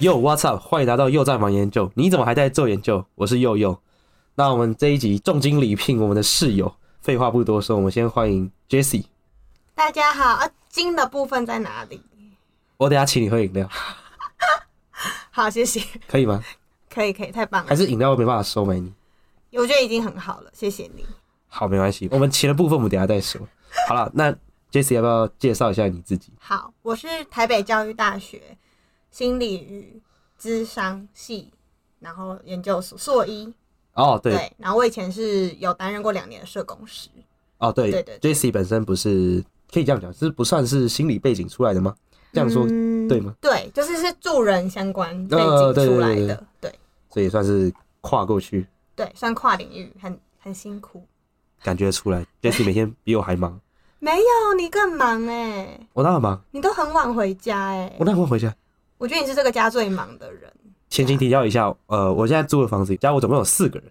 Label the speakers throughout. Speaker 1: Yo What's up？欢迎来到又在忙研究。你怎么还在做研究？我是佑佑。那我们这一集重金礼聘我们的室友。废话不多说，我们先欢迎 Jesse。
Speaker 2: 大家好，啊，金的部分在哪里？
Speaker 1: 我等一下请你喝饮料，
Speaker 2: 好，谢谢，
Speaker 1: 可以吗？
Speaker 2: 可以可以，太棒了
Speaker 1: 还，是饮料没办法收买你？
Speaker 2: 我觉得已经很好了，谢谢你。
Speaker 1: 好，没关系，我们钱的部分我们等一下再说。好了，那 Jesse 要不要介绍一下你自己？
Speaker 2: 好，我是台北教育大学心理与智商系，然后研究所硕一，
Speaker 1: 哦，对，
Speaker 2: 然后我以前是有担任过两年的社工师，
Speaker 1: 哦，对
Speaker 2: 对对
Speaker 1: j e s s e 本身不是可以这样讲，是不算是心理背景出来的吗？这样说、
Speaker 2: 嗯
Speaker 1: 对吗？
Speaker 2: 对，就是是助人相关背
Speaker 1: 呃
Speaker 2: 景
Speaker 1: 对对
Speaker 2: 出来
Speaker 1: 对
Speaker 2: 的，对
Speaker 1: 所以算是跨过去，
Speaker 2: 对，算跨领域，很很辛苦。
Speaker 1: 感觉出 来。Jesse 每天比我还忙，
Speaker 2: 没有，你更忙哎、
Speaker 1: 我哪很忙？
Speaker 2: 你都很晚回家哎、
Speaker 1: 我哪会回家？
Speaker 2: 我觉得你是这个家最忙的人。
Speaker 1: 前情提要一下，呃，我现在租的房子，家我总共有四个人，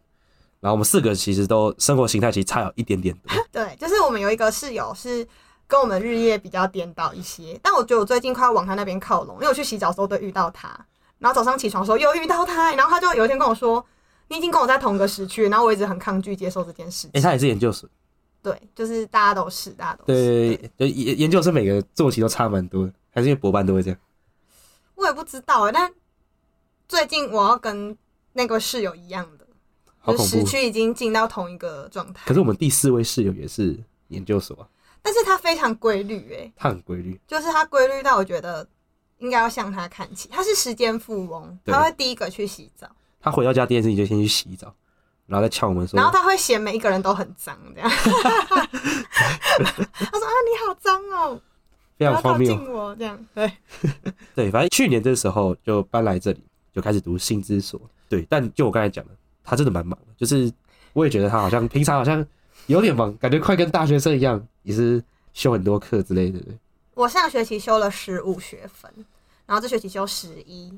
Speaker 1: 然后我们四个其实都生活形态其实差有一点点 多。
Speaker 2: 对，就是我们有一个室友是跟我们日夜比较颠倒一些，但我觉得我最近快要往他那边靠拢，因为我去洗澡的时候都遇到他，然后早上起床的时候又遇到他，然后他就有一天跟我说：“你已经跟我在同个时区。”然后我一直很抗拒接受这件事情。
Speaker 1: 哎、他也是研究所，
Speaker 2: 对，就是大家都是，大家都是。
Speaker 1: 对，就研研究生每个作息都差蛮多的，还是因为博班都会这样。
Speaker 2: 我也不知道哎、但最近我要跟那个室友一样的，
Speaker 1: 好
Speaker 2: 就是
Speaker 1: 恐
Speaker 2: 时
Speaker 1: 怖！
Speaker 2: 区已经进到同一个状态
Speaker 1: 可，是我们第四位室友也是研究所啊，
Speaker 2: 但是他非常规律哎、
Speaker 1: 他很规律。
Speaker 2: 就是他规律到我觉得应该要向他看齐。他是时间富翁，
Speaker 1: 对
Speaker 2: 他会第一个去洗澡，
Speaker 1: 他回到家第一件事情就先去洗澡，然后再呛我们说
Speaker 2: 然后他会嫌每一个人都很脏，这样。他说啊，你好脏哦，不
Speaker 1: 非常
Speaker 2: 要
Speaker 1: 荒
Speaker 2: 靠
Speaker 1: 谬。
Speaker 2: 近我，这样。对，
Speaker 1: 对，反正去年这时候就搬来这里，就开始读薪资所。对，但就我刚才讲的，他真的蛮忙的，就是我也觉得他好像平常好像有点忙，感觉快跟大学生一样，也是修很多课之类的。
Speaker 2: 我上学期修了十五学分，然后这学期修十一。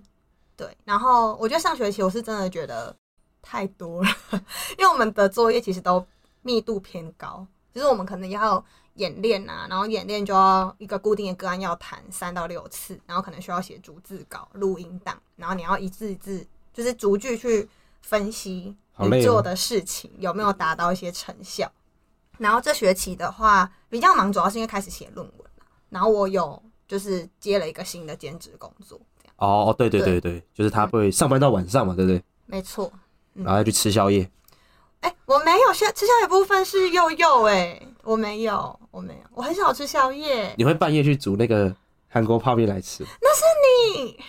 Speaker 2: 对，然后我觉得上学期我是真的觉得太多了， 因为我们的作业其实都密度偏高，就是我们可能要演练啊，然后演练就要一个固定的个案要谈三到六次，然后可能需要写逐字稿、录音档，然后你要一字一字就是逐句去分析
Speaker 1: 好累哦
Speaker 2: 你做的事情有没有达到一些成效。然后这学期的话比较忙，主要是因为开始写论文了，然后我有就是接了一个新的兼职工作，这样
Speaker 1: 哦哦，对对对对，就是他会上班到晚上嘛，对不对？
Speaker 2: 没错。嗯
Speaker 1: 然后要去吃宵夜。
Speaker 2: 哎、我没有吃吃宵夜部分是佑佑哎，我没有，我没有，我很少吃宵夜。
Speaker 1: 你会半夜去煮那个韩国泡面来吃？
Speaker 2: 你，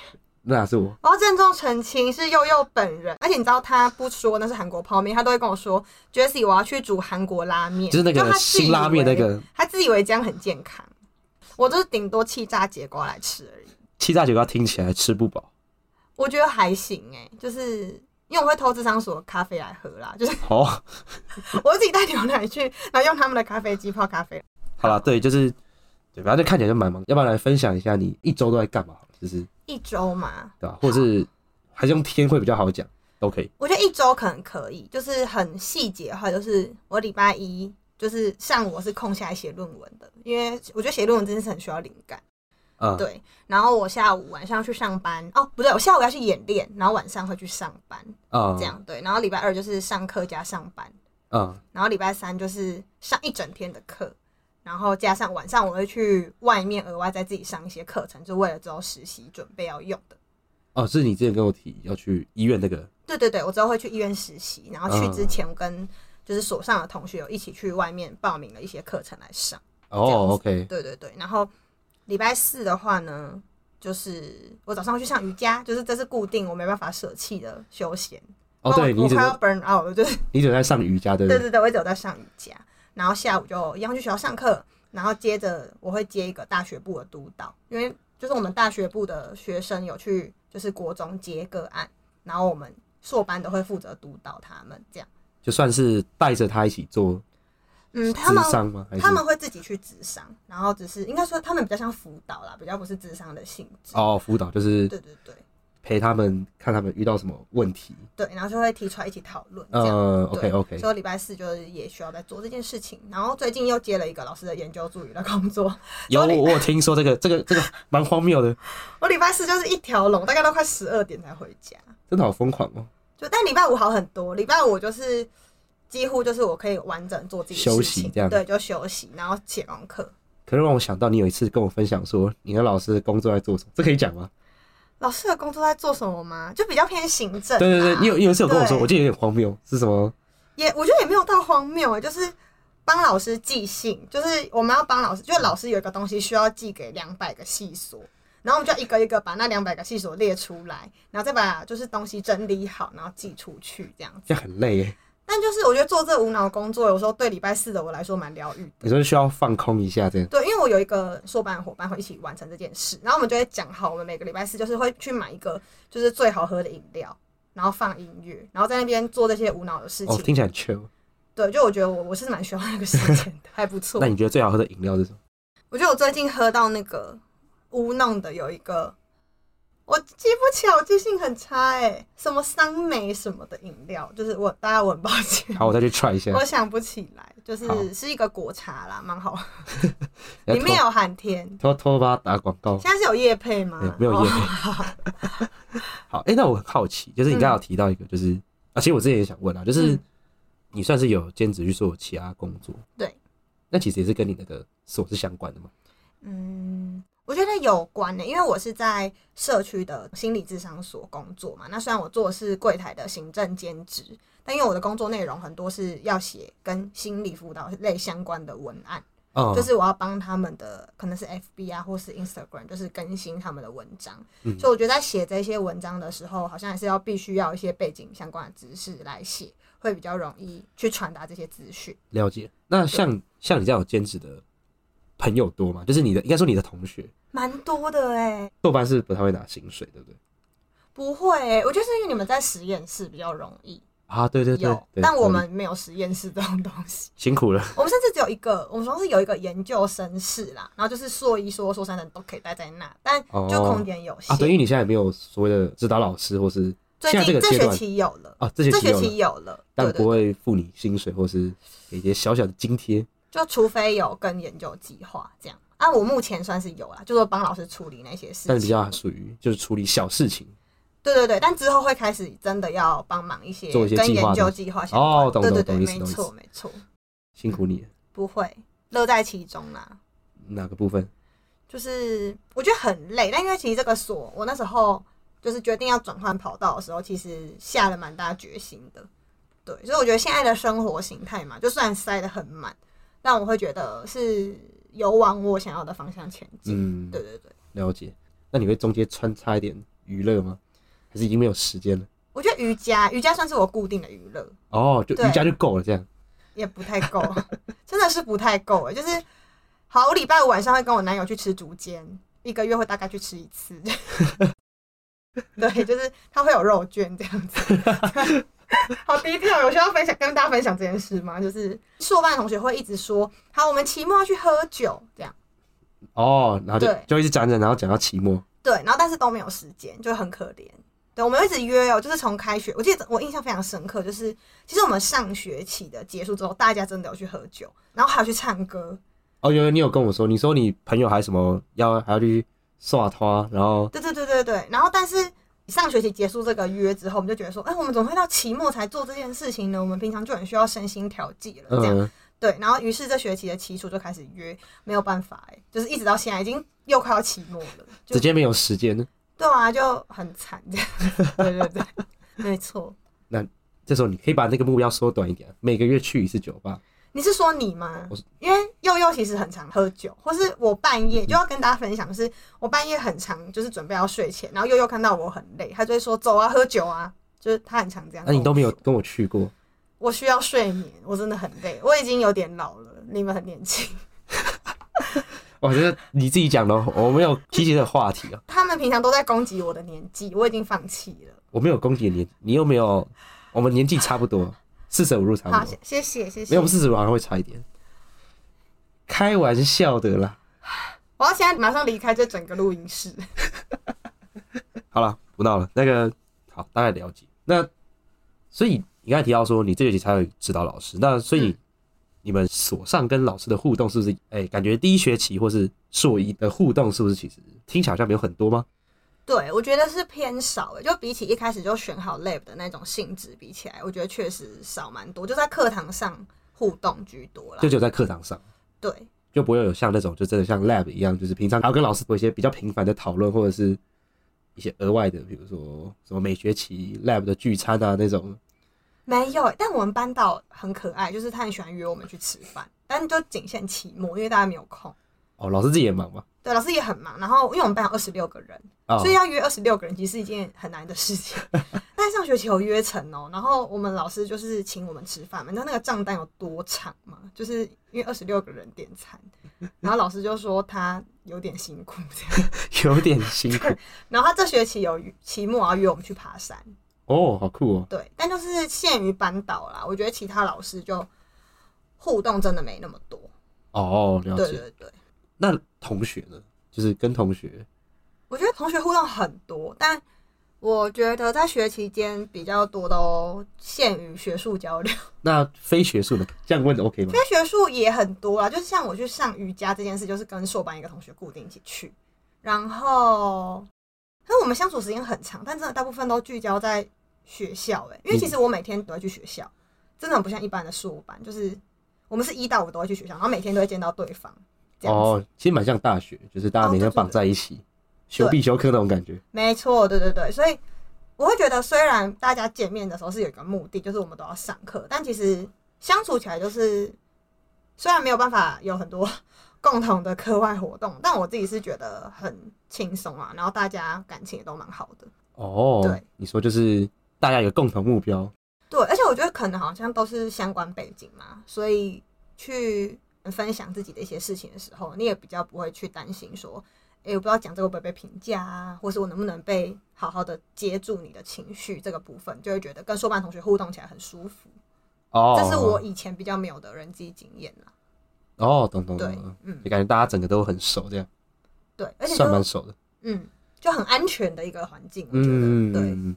Speaker 1: 那哪是我？
Speaker 2: 我要郑重澄清，是佑佑本人，而且你知道他不说那是韩国泡面，他都会跟我说 Jessie，我要去煮韩国拉面，
Speaker 1: 就是那
Speaker 2: 就
Speaker 1: 个
Speaker 2: 他自以为
Speaker 1: 新拉面那，个
Speaker 2: 他自以为这样很健康，我就是顶多气炸节瓜来吃而已，
Speaker 1: 七炸九糕，听起来吃不饱。
Speaker 2: 我觉得还行哎、就是因为我会偷智商所的咖啡来喝啦，就是
Speaker 1: 哦，
Speaker 2: 我自己带牛奶去，然后用他们的咖啡机泡咖啡。
Speaker 1: 好了，对，就是对，反正就看起来就蛮忙。要不然来分享一下你一周都在干嘛好了？就是
Speaker 2: 一周嘛，
Speaker 1: 对吧？或者是还是用天会比较好讲，都可以。
Speaker 2: 我觉得一周可能可以，就是很细节化，就是我礼拜一就是上午我是空下来写论文的，因为我觉得写论文真的是很需要灵感。
Speaker 1: 嗯，
Speaker 2: 对，然后我下午晚上去上班，哦，不对，我下午要去演练，然后晚上会去上班，
Speaker 1: 嗯，
Speaker 2: 这，样对。然后礼拜二就是上课加上班，
Speaker 1: 嗯，
Speaker 2: 然后礼拜三就是上一整天的课，然后加上晚上我会去外面额外再自己上一些课程，就为了之后实习准备要用的。
Speaker 1: 哦，是你之前跟我提要去医院那个，
Speaker 2: 对对对，我之后会去医院实习，然后去
Speaker 1: 嗯
Speaker 2: 之前我跟就是所上的同学有一起去外面报名了一些课程来上。这样
Speaker 1: 哦
Speaker 2: 子
Speaker 1: ，OK，
Speaker 2: 对对对，然后礼拜四的话呢，就是我早上会去上瑜伽，就是这是固定我没办法舍弃的休闲。
Speaker 1: 哦，
Speaker 2: 不然
Speaker 1: 对
Speaker 2: 我
Speaker 1: 你
Speaker 2: 我
Speaker 1: 只
Speaker 2: 快要 burn out 了，就是
Speaker 1: 你只在上瑜伽，对不
Speaker 2: 对
Speaker 1: 对？
Speaker 2: 对对，我一直有在上瑜伽，然后下午就一样去学校上课，然后接着我会接一个大学部的督导，因为就是我们大学部的学生有去就是国中接个案，然后我们硕班都会负责督导他们这样。
Speaker 1: 就算是带着他一起做
Speaker 2: 嗯，他们
Speaker 1: 智商吗？还是
Speaker 2: 他们会自己去智商，然
Speaker 1: 哦
Speaker 2: 后只是应该说他们比较像辅导啦，比较不是智商的性质。
Speaker 1: 哦，辅导就是
Speaker 2: 对对对，
Speaker 1: 陪他们看他们遇到什么问题。
Speaker 2: 对，然后就会提出来一起讨论这样。
Speaker 1: 呃
Speaker 2: 对
Speaker 1: ，OK OK，
Speaker 2: 所以礼拜四就是也需要在做这件事情，然后最近又接了一个老师的研究助语的工作，
Speaker 1: 有
Speaker 2: 所以
Speaker 1: 我我有听说这个这个这个蛮荒谬的，
Speaker 2: 我礼拜四就是一条龙，大概都快十二点才回家。
Speaker 1: 真的好疯狂哦。
Speaker 2: 就但礼拜五好很多，礼拜五就是几乎就是我可以完整做自己的
Speaker 1: 休
Speaker 2: 事
Speaker 1: 息
Speaker 2: 情
Speaker 1: 这样
Speaker 2: 对，就休息，然后写功课。
Speaker 1: 可是让我想到，你有一次跟我分享说，你的老师的工作在做什么，这可以讲吗？
Speaker 2: 老师的工作在做什么吗？就比较偏行政啊、
Speaker 1: 对对对，你有你有一次有跟我说，
Speaker 2: 对
Speaker 1: 我记得有点荒谬，是什么？
Speaker 2: 也我觉得也没有到荒谬啊，就是帮老师寄信，就是我们要帮老师，就是老师有一个东西需要寄给两百个系所，然后我们就一个一个把那两百个系所列出来，然后再把就是东西整理好，然后寄出去这样子。
Speaker 1: 这样很累耶。
Speaker 2: 但就是我觉得做这无脑工作，有时候对礼拜四的我来说蛮疗愈的。
Speaker 1: 你说需要放空一下，这样
Speaker 2: 对，因为我有一个硕班伙伴会一起完成这件事，然后我们就会讲好，我们每个礼拜四就是会去买一个就是最好喝的饮料，然后放音乐，然后在那边做这些无脑的事
Speaker 1: 哦，
Speaker 2: 情。
Speaker 1: 听起来很 chill。
Speaker 2: 对，就我觉得我我是蛮需要那个时间的，还不错
Speaker 1: 那。你觉得最好喝的饮料是什么？
Speaker 2: 我觉得我最近喝到那个乌弄的有一个，我记不起来，我记性很差哎、什么桑梅什么的饮料，就是我大家我很抱歉，
Speaker 1: 好，我再去 try 一下。
Speaker 2: 我想不起来，就
Speaker 1: 好
Speaker 2: 是是一个果茶啦，蛮好喝，
Speaker 1: 然
Speaker 2: 里
Speaker 1: 后
Speaker 2: 面有含甜。
Speaker 1: 偷偷偷帮他打广告。
Speaker 2: 现在是有叶配吗
Speaker 1: 没有？没有
Speaker 2: 哦
Speaker 1: 业配。 好，哎、那我很好奇，就是你刚刚有提到一个，就是、啊，其实我之前也想问啊，就是
Speaker 2: 嗯
Speaker 1: 你算是有兼职去做其他工作，
Speaker 2: 对，
Speaker 1: 那其实也是跟你那个所是相关的嘛。
Speaker 2: 嗯，我觉得有关欸的、因为我是在社区的心理智商所工作嘛。那虽然我做的是柜台的行政兼职，但因为我的工作内容很多是要写跟心理辅导类相关的文案，
Speaker 1: 哦，
Speaker 2: 就是我要帮他们的可能是 FB 啊，或是 Instagram，就是更新他们的文章。
Speaker 1: 嗯
Speaker 2: 所以我觉得在写这些文章的时候，好像还是要必须要一些背景相关的知识来写，会比较容易去传达这些资讯。
Speaker 1: 了解。那像像你这样有兼职的朋友多吗？就是你的应该说你的同学，
Speaker 2: 蛮多的哎、
Speaker 1: 多半是不太会拿薪水，对不对？
Speaker 2: 不会、欸，我觉得是因为你们在实验室比较容易
Speaker 1: 啊，对对对
Speaker 2: 有，，
Speaker 1: 对
Speaker 2: 但我
Speaker 1: 合理
Speaker 2: 们没有实验室这种东西。
Speaker 1: 辛苦了，
Speaker 2: 我们甚至只有一个，我们同时有一个研究生室啦，然后就是硕一、硕二、硕三的人都可以待在那，但
Speaker 1: 哦
Speaker 2: 就空间有限。
Speaker 1: 啊，等于你现在也没有所谓的指导老师或是
Speaker 2: 最
Speaker 1: 现在这
Speaker 2: 近
Speaker 1: 个
Speaker 2: 这
Speaker 1: 阶
Speaker 2: 学
Speaker 1: 段
Speaker 2: 期有了，
Speaker 1: 啊这些
Speaker 2: 这
Speaker 1: 只有
Speaker 2: 学
Speaker 1: 了
Speaker 2: 期有了，对
Speaker 1: 但
Speaker 2: 对
Speaker 1: 不
Speaker 2: 对，
Speaker 1: 会付你薪水或是给一些小小的津贴。
Speaker 2: 就除非有跟研究计划这样。啊，我目前算是有啦，就说帮老师处理那些事
Speaker 1: 但是比
Speaker 2: 情。
Speaker 1: 较属于就是处理小事情。
Speaker 2: 对对对，但之后会开始真的要帮忙一些
Speaker 1: 做一些
Speaker 2: 跟
Speaker 1: 计划
Speaker 2: 研
Speaker 1: 的
Speaker 2: 究
Speaker 1: 东
Speaker 2: 计划相关。
Speaker 1: 哦，懂
Speaker 2: 对
Speaker 1: 懂
Speaker 2: 对
Speaker 1: 懂
Speaker 2: 对，
Speaker 1: 意思
Speaker 2: 没
Speaker 1: 懂意
Speaker 2: 错
Speaker 1: 思，
Speaker 2: 没错，
Speaker 1: 辛苦你了
Speaker 2: 不会乐在其中啦。
Speaker 1: 哪个部分？
Speaker 2: 就是我觉得很累，但因为其实这个所，我那时候就是决定要转换跑道的时候，其实下了蛮大决心的。对，所以我觉得现在的生活形态嘛，就算塞得很满，但我会觉得是有往我想要的方向前进。
Speaker 1: 嗯，
Speaker 2: 对对对，
Speaker 1: 了解。那你会中间穿插一点娱乐吗？还是已经没有时间了？
Speaker 2: 我觉得瑜伽，瑜伽算是我固定的娱乐，
Speaker 1: 哦，就
Speaker 2: 对
Speaker 1: 瑜伽就够了，这样。
Speaker 2: 也不太够，真的是不太够哎。就是好，我礼拜五晚上会跟我男友去吃竹间，一个月会大概去吃一次。 对，就是他会有肉卷这样子。 好低调，有需要分享跟大家分享这件事吗？就是硕班的同学会一直说，好，我们期末要去喝酒这样。
Speaker 1: 哦，然后就
Speaker 2: 对
Speaker 1: 就一直讲讲，然后讲到期末。
Speaker 2: 对，然后但是都没有时间，就很可怜。对，我们一直约哦，就是从开学，我记得我印象非常深刻，就是其实我们上学期的结束之后，大家真的有去喝酒，然后还有去唱歌，
Speaker 1: 哦，有有，你有跟我说，你说你朋友还什么要还要去耍花，然后
Speaker 2: 对对对对对。然后，但是上学期结束这个约之后，我们就觉得说，哎、我们怎么会到期末才做这件事情呢？我们平常就很需要身心调剂了，这样、
Speaker 1: 嗯，
Speaker 2: 对。然后，于是这学期的期初就开始约，没有办法、哎，就是一直到现在已经又快要期末了，就
Speaker 1: 直接没有时间。
Speaker 2: 对啊，就很惨这样。 对对对，没错。
Speaker 1: 这时候你可以把那个目标缩短一点，每个月去一次酒吧。
Speaker 2: 你是说你吗
Speaker 1: 我是？
Speaker 2: 因为佑佑其实很常喝酒，或是我半夜就要跟大家分享的是，我半夜很常就是准备要睡前，然后佑佑看到我很累，他就会说走啊，喝酒啊，就是他很常这样
Speaker 1: 那、
Speaker 2: 跟我说。
Speaker 1: 啊你都没有跟我去过，
Speaker 2: 我需要睡眠，我真的很累，我已经有点老了，你们很年轻。
Speaker 1: 哇，这个你自己讲的哦，我没有提起这个话题啊。
Speaker 2: 他们平常都在攻击我的年纪，我已经放弃了。
Speaker 1: 我没有攻击你，你又没有，我们年纪差不多，四舍五入差
Speaker 2: 好，
Speaker 1: 不多
Speaker 2: 谢，谢谢谢
Speaker 1: 没
Speaker 2: 谢
Speaker 1: 有，我们。四舍五入好像会差一点。开玩笑的啦，
Speaker 2: 我要现在马上离开这整个录音室。
Speaker 1: 好了，不不闹了。那个好，大概了解。那所以你刚才提到说，你这学期参与指导老师，那所以
Speaker 2: 嗯
Speaker 1: 你们所上跟老师的互动是不是？哎、感觉第一学期或是硕一的互动是不是其实听起来好像没有很多吗？
Speaker 2: 对，我觉得是偏少欸诶，就比起一开始就选好 lab 的那种性质比起来，我觉得确实少蛮多，就在课堂上互动居多啦
Speaker 1: 就。只有在课堂上，
Speaker 2: 对，
Speaker 1: 就不会有像那种就真的像 lab 一样，就是平常还要跟老师做一些比较频繁的讨论，或者是一些额外的，比如说什么每学期 lab 的聚餐啊那种。
Speaker 2: 没有欸，但我们班导很可爱，就是他很喜欢约我们去吃饭，但就仅限期末，因为大家没有空。
Speaker 1: 哦，老师自己也忙嘛。
Speaker 2: 对，老师也很忙，然后因为我们班有二十六个人，
Speaker 1: 啊、
Speaker 2: 所以要约二十六个人其实是一件很难的 事情。但上学期有约成哦，然后我们老师就是请我们吃饭嘛，你知道那个账单有多长吗？就是因为二十六个人点餐，然后老师就说他有点辛苦这样。
Speaker 1: 有点辛苦
Speaker 2: 然后他这学期有期末要约我们去爬山，
Speaker 1: 哦，好酷哦。
Speaker 2: 对，但就是限于班导啦，我觉得其他老师就互动真的没那么多。
Speaker 1: 哦，了
Speaker 2: 对
Speaker 1: 解。
Speaker 2: 对对。
Speaker 1: 那同学呢？就是跟同学
Speaker 2: 我觉得同学互动很多，但我觉得在学期间比较多都限于学术交流，
Speaker 1: 那非学术的，这样问的 OK 吗
Speaker 2: 因？为学术也很多啦。就是像我去上瑜伽这件事，就是跟硕班一个同学固定一起去，然后，因为我们相处时间很长，但真的大部分都聚焦在学校、欸。因为其实我每天都会去学校，真的很不像一般的硕班，就是我们是一到五都会去学校，然后每天都会见到对方。这样子。
Speaker 1: 哦，其实蛮像大学，就是大家
Speaker 2: 哦
Speaker 1: 每天
Speaker 2: 对对
Speaker 1: 绑
Speaker 2: 对
Speaker 1: 在一起，修必修课那种感觉。
Speaker 2: 没错，对对对，所以我会觉得，虽然大家见面的时候是有一个目的，就是我们都要上课，但其实相处起来就是，虽然没有办法有很多共同的课外活动，但我自己是觉得很轻松啊，然后大家感情也都蛮好的。
Speaker 1: 哦
Speaker 2: 对，
Speaker 1: 你说就是大家有共同目标，
Speaker 2: 对，而且我觉得可能好像都是相关背景嘛，所以去分享自己的一些事情的时候，你也比较不会去担心说，诶，我不知道讲这个会不会被评价啊，或是我能不能被好好的接住你的情绪这个部分，就会觉得跟硕班同学互动起来很舒服。
Speaker 1: 哦，
Speaker 2: 这是我以前比较没有的人际经验啦。
Speaker 1: 哦，懂懂懂
Speaker 2: 对
Speaker 1: 懂，，
Speaker 2: 嗯
Speaker 1: 就，感觉大家整个都很熟，这样
Speaker 2: 对，而且
Speaker 1: 算蛮
Speaker 2: 就
Speaker 1: 熟的。
Speaker 2: 嗯就很安全的一个环境，我觉得、
Speaker 1: 嗯，
Speaker 2: 对。
Speaker 1: 嗯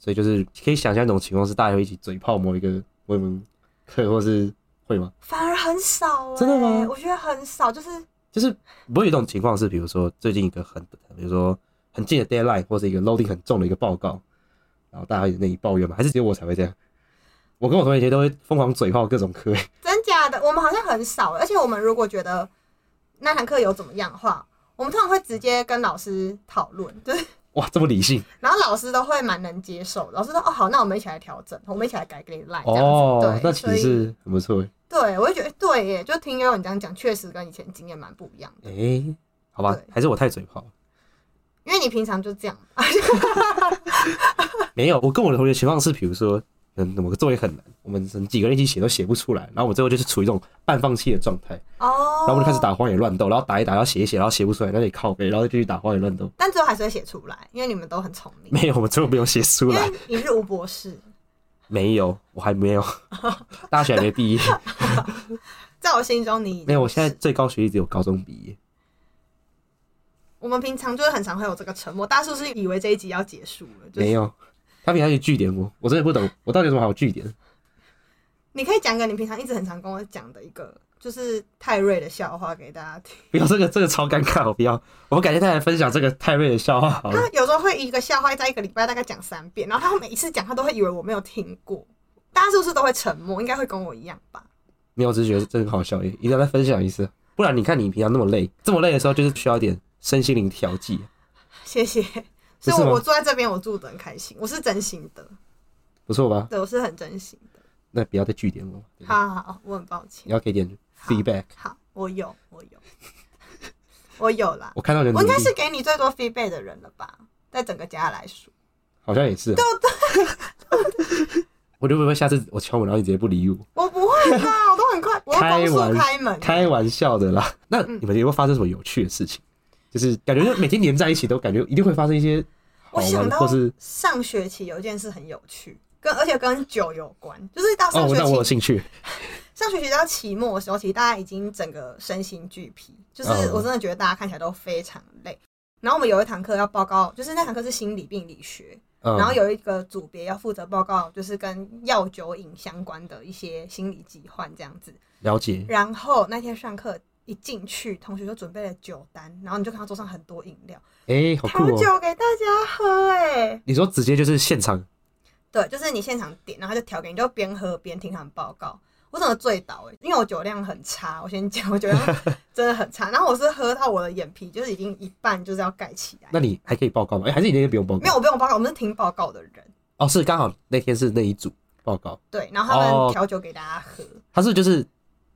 Speaker 1: 所以就是可以想象一种情况是大家会一起嘴炮某一个某一门课，或是会吗？
Speaker 2: 反而很少、欸，
Speaker 1: 真的吗
Speaker 2: 我觉得很少，就是
Speaker 1: 就是不会有一种情况是，比如说最近一个很，比如说很近的 deadline 或是一个 loading 很重的一个报告，然后大家有那里抱怨嘛？还是只有我才会这样？我跟我同学以前都会疯狂嘴炮各种科，
Speaker 2: 真假的，我们好像很少，欸而且我们如果觉得那堂课有怎么样的话，我们通常会直接跟老师讨论， 就是
Speaker 1: 哇，这么理性
Speaker 2: 然后老师都会蛮能接受，老师说哦好，那我们一起来调整，我们一起来改给你赖啊这样子，
Speaker 1: 哦
Speaker 2: 对，，
Speaker 1: 那其
Speaker 2: 所
Speaker 1: 实
Speaker 2: 以
Speaker 1: 是很不错耶。
Speaker 2: 对，我就觉得对耶，就听悠悠你这样讲，确实跟以前经验蛮不一样的，
Speaker 1: 哎、好吧
Speaker 2: 对，
Speaker 1: 还是我太嘴炮了。
Speaker 2: 因为你平常就这样，
Speaker 1: 没有，我跟我的同学情况是，比如说，嗯，某个作业很难，我们几个人一起写都写不出来，然后我们最后就是处于一种半放弃的状态，
Speaker 2: 哦，
Speaker 1: 然后我们就开始，打荒野乱斗，然后打一打，然后写一写，然后写不出来，然后也靠背，然后就继续打荒野乱斗。
Speaker 2: 但最后还是会写出来，因为你们都很聪明，
Speaker 1: 没有，我们最后没有写出
Speaker 2: 因
Speaker 1: 来，
Speaker 2: 为你是吴博士，
Speaker 1: 没有，我还没 有，大学还没毕业，
Speaker 2: 在我心中你
Speaker 1: 没有，我现在最高学历只有高中毕业。
Speaker 2: 我们平常就是很常会有这个沉默，大家是不是以为这一集要结束了？就是
Speaker 1: 没有，他平常去据点我，我真的不懂，我到底有什么好据点？
Speaker 2: 你可以讲个你平常一直很常跟我讲的一个，就是泰瑞的笑话给大家听。
Speaker 1: 不要这个，这个超尴尬，我不要。我感谢他来分享这个泰瑞的笑话好了。
Speaker 2: 他有时候会一个笑话在一个礼拜大概讲三遍，然后他每一次讲，他都会以为我没有听过。大家是不是都会沉默？应该会跟我一样吧？
Speaker 1: 没有，我只是觉得这很好笑，一定要再分享一次。不然你看你平常那么累，这么累的时候就是需要一点身心灵调剂。
Speaker 2: 谢谢。
Speaker 1: 不是
Speaker 2: 所以我，
Speaker 1: 吗
Speaker 2: 我坐在这边，我住的很开心，我是真心的，
Speaker 1: 不错吧？
Speaker 2: 对，我是很真心的。
Speaker 1: 那不要再据点我，对
Speaker 2: 好好
Speaker 1: 嗯
Speaker 2: 好，我很抱歉
Speaker 1: 你。要给点 feedback。
Speaker 2: 好，我有，我有， 我有啦。
Speaker 1: 我看到你的努
Speaker 2: 我应
Speaker 1: 力
Speaker 2: 该，是给你最多 feedback 的人了吧，在整个家来说。
Speaker 1: 好像也是、对 我就不会下次我敲门，然后你直接不理我。
Speaker 2: 我不会啦，我都很快，我会
Speaker 1: 开
Speaker 2: 光
Speaker 1: 玩
Speaker 2: 速开门。
Speaker 1: 开玩笑的
Speaker 2: 嗯
Speaker 1: 啦。那你们有没有发生什么有趣的事情？就是感觉就每天黏在一起，都感觉一定会发生一些好
Speaker 2: 我
Speaker 1: 玩
Speaker 2: 想
Speaker 1: 哦或
Speaker 2: 到
Speaker 1: 是
Speaker 2: 上学期有一件事很有趣，跟而且跟酒有关，就是到上
Speaker 1: 哦，
Speaker 2: 学
Speaker 1: 那我有
Speaker 2: 期、
Speaker 1: 兴趣。
Speaker 2: 上学期到期末的时候，其实大家已经整个身心俱疲，就是
Speaker 1: 哦
Speaker 2: 我真的觉得大家看起来都非常累。然后我们有一堂课要报告，就是那堂课是心理病理学，
Speaker 1: 嗯，
Speaker 2: 然后有一个组别要负责报告，就是跟药酒瘾相关的一些心理疾患这样子。
Speaker 1: 了解，
Speaker 2: 然后那天上课一进去，同学就准备了酒单，然后你就看到桌上很多饮料，
Speaker 1: 哎、好
Speaker 2: 调
Speaker 1: 酷哦！
Speaker 2: 酒给大家喝、哎，
Speaker 1: 你说直接就是现场，
Speaker 2: 对，就是你现场点，然后他就调给你，你就边喝边听他们报告。我真的醉倒哎、因为我酒量很差，我先讲，我酒 量真的很差。然后我是喝到我的眼皮就是已经一半就是要盖起来，
Speaker 1: 那你还可以报告吗？哎、还是你那天不用报告？
Speaker 2: 没有，我不用报告，我们是听报告的人，
Speaker 1: 哦，是刚好那天是那一组报告，
Speaker 2: 对，然后他们
Speaker 1: 哦
Speaker 2: 调酒给大家喝，
Speaker 1: 他是就是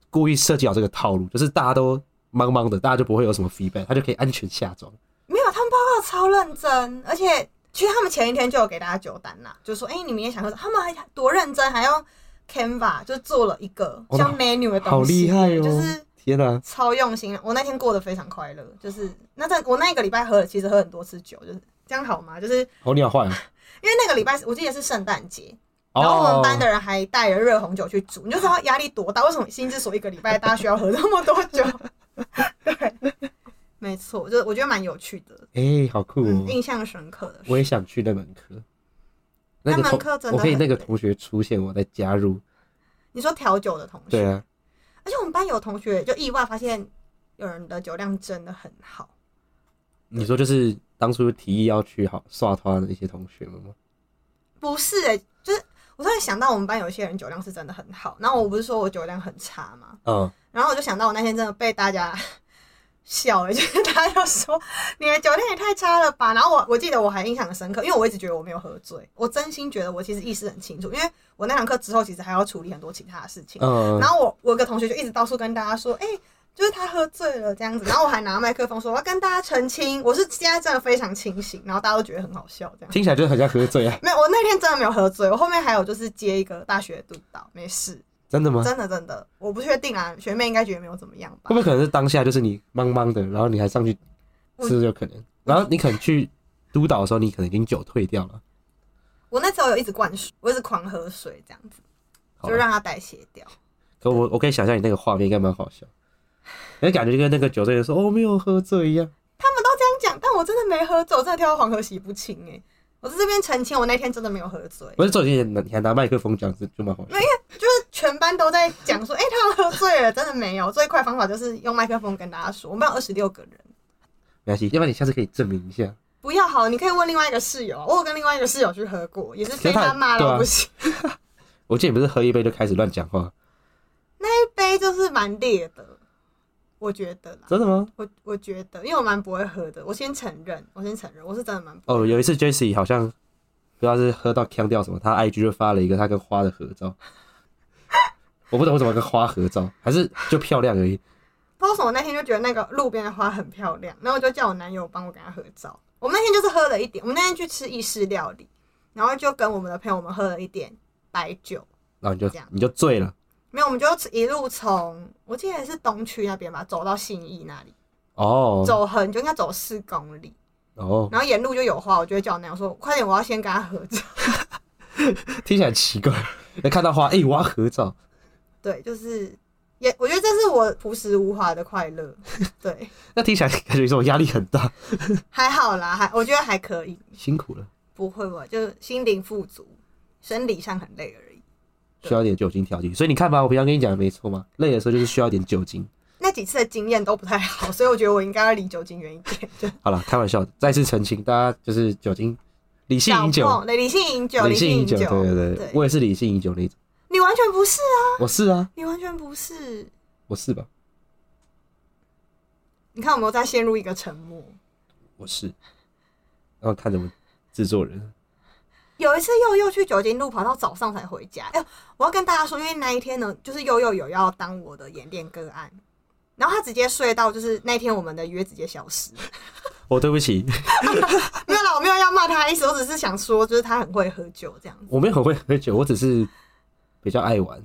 Speaker 1: 故意设计好这个套路，就是大家都茫茫的，大家就不会有什么 feedback，他就可以安全下装。
Speaker 2: 没有，他们报告超认真，而且其实他们前一天就有给大家酒单啦，就说哎、你明天想喝什么，他们还多认真，还用 Canva 就做了一个
Speaker 1: 哦
Speaker 2: 像 menu 的
Speaker 1: 好
Speaker 2: 东西，
Speaker 1: 厉害哦！
Speaker 2: 就是
Speaker 1: 天哪、
Speaker 2: 超用心，我那天过得非常快乐。就是那在我那一个礼拜喝了，其实喝很多次酒，就是这样好吗？就是因
Speaker 1: 好鸟坏啊！
Speaker 2: 为那个礼拜是我记得是圣诞节，然后我
Speaker 1: 哦
Speaker 2: 们，班的人还带了热红酒去煮，你就知道压力多大。为什么心之所一个礼拜大家需要喝那么多 酒？对，没错，就是我觉得蛮有趣的，
Speaker 1: 哎、好酷哦！
Speaker 2: 嗯，印象深刻的
Speaker 1: 我也
Speaker 2: 是。
Speaker 1: 想去那门课。那
Speaker 2: 那
Speaker 1: 个
Speaker 2: 门
Speaker 1: 同
Speaker 2: 课真的
Speaker 1: 我可以
Speaker 2: 很
Speaker 1: 那个
Speaker 2: 累
Speaker 1: 同学出现，我再加入。
Speaker 2: 你说调酒的同学，
Speaker 1: 对啊，
Speaker 2: 而且我们班有同学就意外发现有人的酒量真的很好。
Speaker 1: 你说就是当初提议要去好刷团的一些同学们吗？
Speaker 2: 不是、欸，就是我突然想到我们班有一些人酒量是真的很好，然后我不是说我酒量很差嘛，
Speaker 1: 嗯，
Speaker 2: 然后我就想到我那天真的被大家 笑了，就是大家就说你的酒量也太差了吧。然后我我记得我还印象很深刻，因为我一直觉得我没有喝醉，我真心觉得我其实意识很清楚，因为我那堂课之后其实还要处理很多其他的事情，
Speaker 1: 嗯，
Speaker 2: 然后我我有个同学就一直到处跟大家说，哎、就是他喝醉了这样子，然后我还拿麦克风说我要跟大家澄清，我是现在真的非常清醒，然后大家都觉得很好笑这样。
Speaker 1: 听起来就很像喝醉啊，
Speaker 2: 没有，我那天真的没有喝醉，我后面还有就是接一个大学督导，没事，
Speaker 1: 真的吗？
Speaker 2: 真的真的，我不确定啊，学妹应该觉得没有怎么样
Speaker 1: 会不
Speaker 2: 吧？
Speaker 1: 会可能是当下就是你茫茫的，然后你还上去，
Speaker 2: 我
Speaker 1: 是不是有可能？然后你可能去督导的时候，你可能已经酒退掉了，
Speaker 2: 我那时候有一直灌水，我一直狂喝水这样子，
Speaker 1: 好
Speaker 2: 就
Speaker 1: 吧？
Speaker 2: 让它代谢掉。
Speaker 1: 可我我可以想象你那个画面应该蛮好笑，那感觉就跟那个酒醉人说“哦，没有喝醉”一样。
Speaker 2: 他们都这样讲，但我真的没喝醉，我真的跳到黄河洗不清哎、我在这边澄清，我那天真的没有喝醉，
Speaker 1: 不是酒醉人，你还拿麦克风讲，这就蛮好笑。
Speaker 2: 就是全班都在讲说，哎、他喝醉了，真的没有。最快方法就是用麦克风跟大家说，我们班有二十六个人。
Speaker 1: 没关系，要不然你下次可以证明一下。
Speaker 2: 不要好，你可以问另外一个室友啊，我有跟另外一个室友去喝过，也是被
Speaker 1: 可是
Speaker 2: 他
Speaker 1: 他
Speaker 2: 骂
Speaker 1: 对
Speaker 2: 到
Speaker 1: 啊
Speaker 2: 不行。
Speaker 1: 我记得你不是喝一杯就开始乱讲话，
Speaker 2: 杯就是蛮烈的，我觉得啦，
Speaker 1: 真的吗？
Speaker 2: 我我觉得，因为我蛮不会喝的，我先承认，我先承认，我是真的蛮不会喝
Speaker 1: 哦，
Speaker 2: 的
Speaker 1: 有一次 Jesse 好像不知道是喝到腔掉什么，他 IG 就发了一个他跟花的合照。 我不懂为什么跟花合照，还是就漂亮而已。
Speaker 2: 不知道为什么，我那天就觉得那个路边的花很漂亮，然后我就叫我男友帮我跟他合照。我们那天就是喝了一点，我们那天去吃意式料理，然后就跟我们的朋友们喝了一点白酒，
Speaker 1: 然后你就
Speaker 2: 这样
Speaker 1: 你就醉了
Speaker 2: 没有，我们就一路从我记得是东区那边吧，走到信义那里，
Speaker 1: 哦
Speaker 2: 走很就应该走四公里，
Speaker 1: 哦，
Speaker 2: 然后沿路就有花，我就会叫我男友说，快点，我要先跟他合照。
Speaker 1: 听起来很奇怪。那看到花，哎、我要合照，
Speaker 2: 对，就是也我觉得这是我朴实无华的快乐。 对，
Speaker 1: 那听起来感觉这种压力很大，
Speaker 2: 还好啦，还我觉得还可以，
Speaker 1: 辛苦了，
Speaker 2: 不会吧？就是心灵富足，生理上很累而已。
Speaker 1: 需要一点酒精调剂。所以你看吧，我平常跟你讲的没错嘛，累的时候就是需要一点酒精。
Speaker 2: 那几次的经验都不太好，所以我觉得我应该要离酒精远一点。就
Speaker 1: 好了，开玩笑的，再次澄清，大家就是酒精理性饮酒，
Speaker 2: 小碰对，理性饮酒，
Speaker 1: 理性
Speaker 2: 饮
Speaker 1: 饮酒，对对对，
Speaker 2: 对
Speaker 1: 我也是理性饮酒那种。
Speaker 2: 你完全不是啊，
Speaker 1: 我是啊，
Speaker 2: 你完全不是。
Speaker 1: 我是吧？
Speaker 2: 你看我们又在陷入一个沉默。
Speaker 1: 我是。然后看着我制作人，
Speaker 2: 有一次佑佑去酒精路跑到早上才回家。哎、我要跟大家说，因为那一天呢，就是佑佑有要当我的演练个案，然后他直接睡到，就是那天我们的约直接消失。
Speaker 1: 我哦对不起，
Speaker 2: 没有啦，我没有要骂他的意思，我只是想说，就是他很会喝酒这样子，
Speaker 1: 我没有很会喝酒，我只是比较爱玩，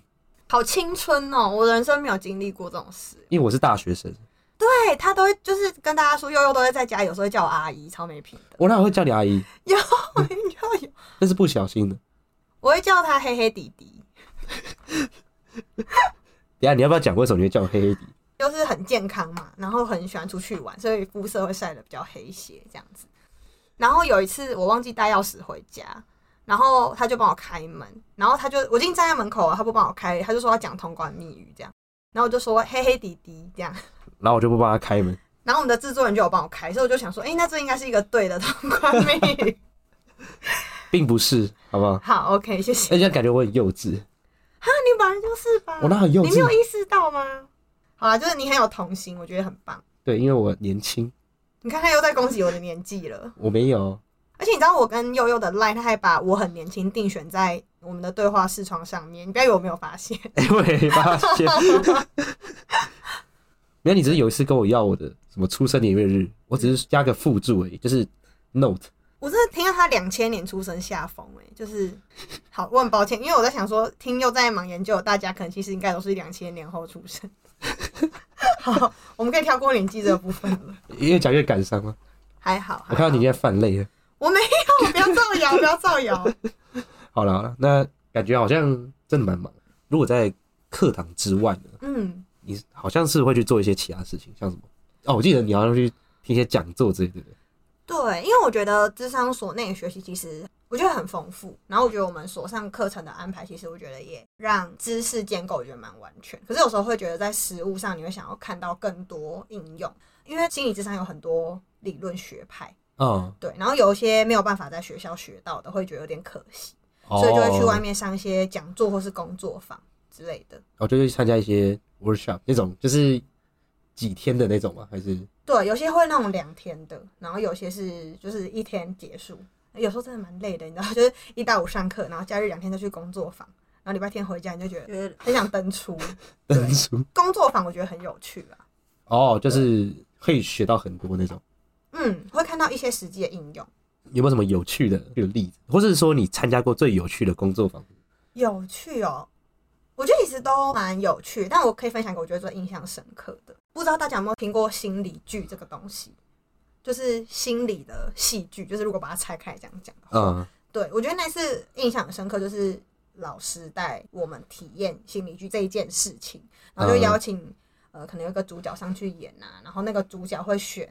Speaker 2: 好青春哦、我人生没有经历过这种事。
Speaker 1: 因为我是大学生。
Speaker 2: 对他都会就是跟大家说，佑佑都会在家，有时候会叫我阿姨，超没品的。
Speaker 1: 我哪会叫你阿姨？
Speaker 2: 有有有，
Speaker 1: 那是不小心的。
Speaker 2: 我会叫他黑黑弟弟。
Speaker 1: 等一下你要不要讲为什么你会叫我黑黑迪？
Speaker 2: 就是很健康嘛，然后很喜欢出去玩，所以肤色会晒得比较黑一些这样子。然后有一次我忘记带钥匙回家，然后他就帮我开门，然后他就我已经站在门口了，他不帮我开，他就说要讲通关密语这样，然后我就说嘿嘿弟弟这样，
Speaker 1: 然后我就不帮他开门，
Speaker 2: 然后我们的制作人就有帮我开，所以我就想说，哎、那这应该是一个对的通关密语。
Speaker 1: 并不是，好不好？
Speaker 2: 好，OK，谢谢。
Speaker 1: 哎，这样感觉我很幼稚，
Speaker 2: 哈，你本来就是吧？
Speaker 1: 我哪很幼
Speaker 2: 你没有
Speaker 1: 稚？
Speaker 2: 意识到吗？好啦，就是你很有童心，我觉得很棒。
Speaker 1: 对，因为我年轻，
Speaker 2: 你看他又在攻击我的年纪了，
Speaker 1: 我没有，
Speaker 2: 而且你知道我跟悠悠的 line，他还把我很年轻定选在我们的对话视窗上面，你不要以为我没有发现。
Speaker 1: 哎，我没发现。没有，你只是有一次跟我要我的什么出生年月日，我只是加个附注而已，就是 note。
Speaker 2: 我真的听到他两千年出生下风哎、就是好，我很抱歉，因为我在想说，听又在忙研究，大家可能其实应该都是两千年后出生。 好，我们可以跳过年纪这个部分了，
Speaker 1: 越讲越感伤了。
Speaker 2: 还好。
Speaker 1: 我看到
Speaker 2: 还好
Speaker 1: 你，在泛泪了。
Speaker 2: 我没有，不要造谣，不要造谣。
Speaker 1: 好了好了，那感觉好像真的蛮忙的。如果在课堂之外呢，
Speaker 2: 嗯，
Speaker 1: 你好像是会去做一些其他事情，像什么？哦，我记得你好像去听一些讲座之类的，对不对？
Speaker 2: 对，因为我觉得智商所内的学习其实我觉得很丰富，然后我觉得我们所上课程的安排，其实我觉得也让知识建构我觉得蛮完全。可是有时候会觉得在实物上，你会想要看到更多应用，因为心理智商有很多理论学派，
Speaker 1: 嗯，
Speaker 2: 对，然后有一些没有办法在学校学到的，会觉得有点可惜，
Speaker 1: 所
Speaker 2: 所以就
Speaker 1: 哦
Speaker 2: 会去外，面上一些讲座或是工作坊之类的。
Speaker 1: 哦，就去参加一些 workshop 那种，就是几天的那种吗？还是
Speaker 2: 对，有些会那种两天的，然后有些是就是一天结束，有时候真的蛮累的，你知道， 就是一到五上课，然后假日两天再去工作坊，然后礼拜天回家，你就觉得觉得很想登出。
Speaker 1: 登出？
Speaker 2: 工作坊我觉得很有趣啊，
Speaker 1: 哦，就是可以学到很多那种。
Speaker 2: 嗯，会看到一些实际的应用。
Speaker 1: 有没有什么有趣的这个例子，或是说你参加过最有趣的工作坊？
Speaker 2: 有趣哦。我觉得其实都蛮有趣，但我可以分享一个我觉得最印象深刻的。不知道大家有没有听过心理剧这个东西，就是心理的戏剧，就是如果把它拆开这样讲的话，
Speaker 1: 嗯，
Speaker 2: 对我觉得那次印象很深刻，就是老师带我们体验心理剧这一件事情，然后就
Speaker 1: 嗯
Speaker 2: 邀请、呃可能有一个主角上去演啊，然后那个主角会选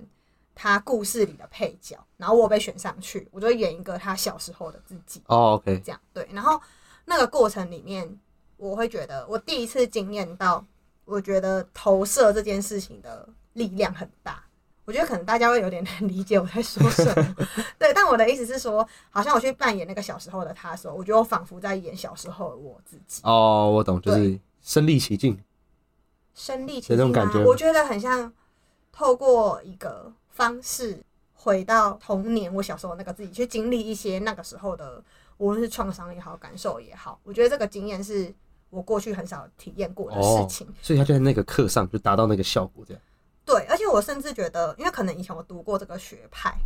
Speaker 2: 他故事里的配角，然后我被选上去，我就演一个他小时候的自己。
Speaker 1: 哦，OK，
Speaker 2: 这样对。然后那个过程里面，我会觉得我第一次经验到，我觉得投射这件事情的力量很大。我觉得可能大家会有点 难理解我在说什么， 对。但我的意思是说，好像我去扮演那个小时候的他的时候，我觉得我仿佛在演小时候的我自己，
Speaker 1: 哦，我懂，就
Speaker 2: 对
Speaker 1: 是身临其境。
Speaker 2: 身临其
Speaker 1: 有
Speaker 2: 境
Speaker 1: 这种
Speaker 2: 吗？
Speaker 1: 感觉吗
Speaker 2: 我觉得很像透过一个方式回到童年，我小时候那个自己去经历一些那个时候的，无论是创伤也好，感受也好，我觉得这个经验是我过去很少体验过的事情。
Speaker 1: 哦所以他就在那个课上就达到那个效果，这样。
Speaker 2: 对，而且我甚至觉得，因为可能以前我读过这个学派，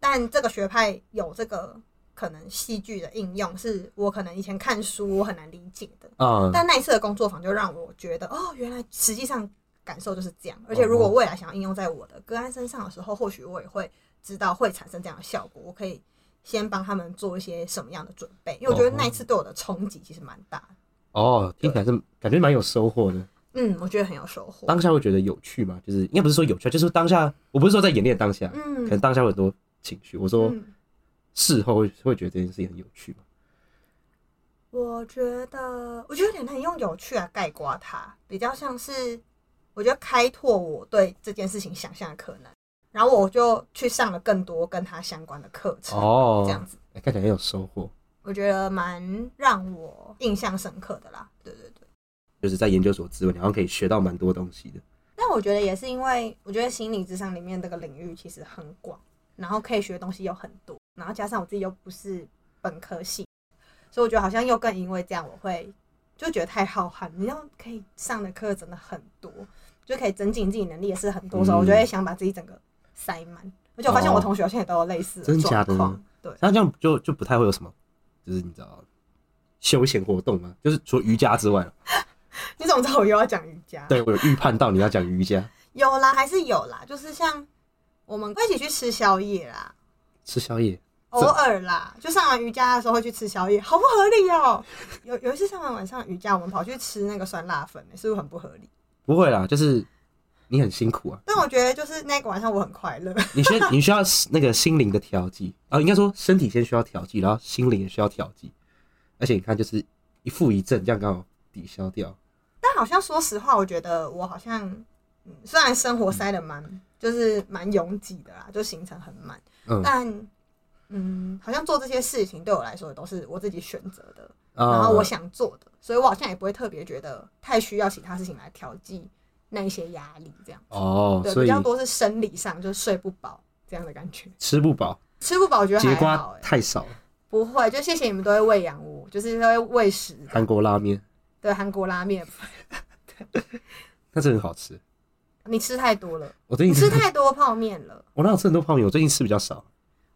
Speaker 2: 但这个学派有这个可能戏剧的应用，是我可能以前看书我很难理解的。
Speaker 1: 啊、
Speaker 2: 但那一次的工作坊就让我觉得，哦，原来实际上感受就是这样。而且
Speaker 1: 嗯
Speaker 2: 如果未来想要应用在我的个案身上的时候，或许我也会知道会产生这样的效果。我可以先帮他们做一些什么样的准备，因为我觉得那一次对我的冲击其实蛮大的。
Speaker 1: 哦，听起来是感觉蛮有收获的。
Speaker 2: 嗯，我觉得很有收获。
Speaker 1: 当下会觉得有趣嘛？就是应该不是说有趣，啊就是当下，我不是说在演练当下，
Speaker 2: 嗯
Speaker 1: 可能当下会有很多情绪。我说
Speaker 2: 嗯，
Speaker 1: 事后会会觉得这件事情很有趣嘛？
Speaker 2: 我觉得我觉得有点难用有趣来概括它，比较像是我觉得开拓我对这件事情想象的可能，然后我就去上了更多跟它相关的课程，
Speaker 1: 哦，
Speaker 2: 这样子。
Speaker 1: 哎看起来很有收获。
Speaker 2: 我觉得蛮让我印象深刻的啦。对对对，
Speaker 1: 就是在研究所之外，你好像可以学到蛮多东西的。
Speaker 2: 但我觉得也是因为我觉得心理智商里面这个领域其实很广，然后可以学的东西又很多，然后加上我自己又不是本科系，所以我觉得好像又更因为这样，我会就觉得太浩瀚，你要可以上的课真的很多，就可以增进自己能力也是很多时候，
Speaker 1: 嗯
Speaker 2: 我就会想把自己整个塞满。而且我发现
Speaker 1: 哦
Speaker 2: 我同学好像也都有类似
Speaker 1: 真假
Speaker 2: 状
Speaker 1: 的
Speaker 2: 况，对，
Speaker 1: 像这样就就不太会有什么，就是你知道休闲活动嘛，就是除了瑜伽之外了，
Speaker 2: 你怎么知道我又要讲瑜伽？
Speaker 1: 对我有预判到你要讲瑜伽，
Speaker 2: 有啦，还是有啦，就是像我们会一起去吃宵夜啦，
Speaker 1: 吃宵夜
Speaker 2: 偶尔啦，就上完瑜伽的时候会去吃宵夜，好不合理哦、 有欸有一次上完晚上瑜伽，我们跑去吃那个酸辣粉、是不是很不合理？
Speaker 1: 不会啦，就是你很辛苦啊，
Speaker 2: 但我觉得就是那个晚上我很快乐，
Speaker 1: 你需你需要 那个心灵的调剂啊，应该说身体先需要调剂，然后心灵也需要调剂，而且你看就是一负一正，这样刚好抵消掉。
Speaker 2: 但好像说实话，我觉得我好像，嗯，虽然生活塞的蛮，就是蛮拥挤的啦，就行程很满，
Speaker 1: 嗯
Speaker 2: 但嗯，好像做这些事情对我来说都是我自己选择的，
Speaker 1: 啊
Speaker 2: 然后我想做的，所以我好像也不会特别觉得太需要其他事情来调剂那一些压力，这样
Speaker 1: 哦，
Speaker 2: 对，
Speaker 1: 所
Speaker 2: 比
Speaker 1: 以
Speaker 2: 较多是生理上，就是睡不饱这样的感觉，
Speaker 1: 吃不饱，
Speaker 2: 吃不饱我觉得
Speaker 1: 节
Speaker 2: 还
Speaker 1: 瓜
Speaker 2: 好、欸，
Speaker 1: 太少了，
Speaker 2: 不会，就谢谢你们都会喂养我，就是都会喂食这样，
Speaker 1: 韩国拉面
Speaker 2: 对，韩国拉面，
Speaker 1: 那真的很好吃。
Speaker 2: 你吃太 多了，
Speaker 1: 我最
Speaker 2: 你
Speaker 1: 近
Speaker 2: 吃太多泡面了。
Speaker 1: 我那有吃很多泡面，我最近吃比较少，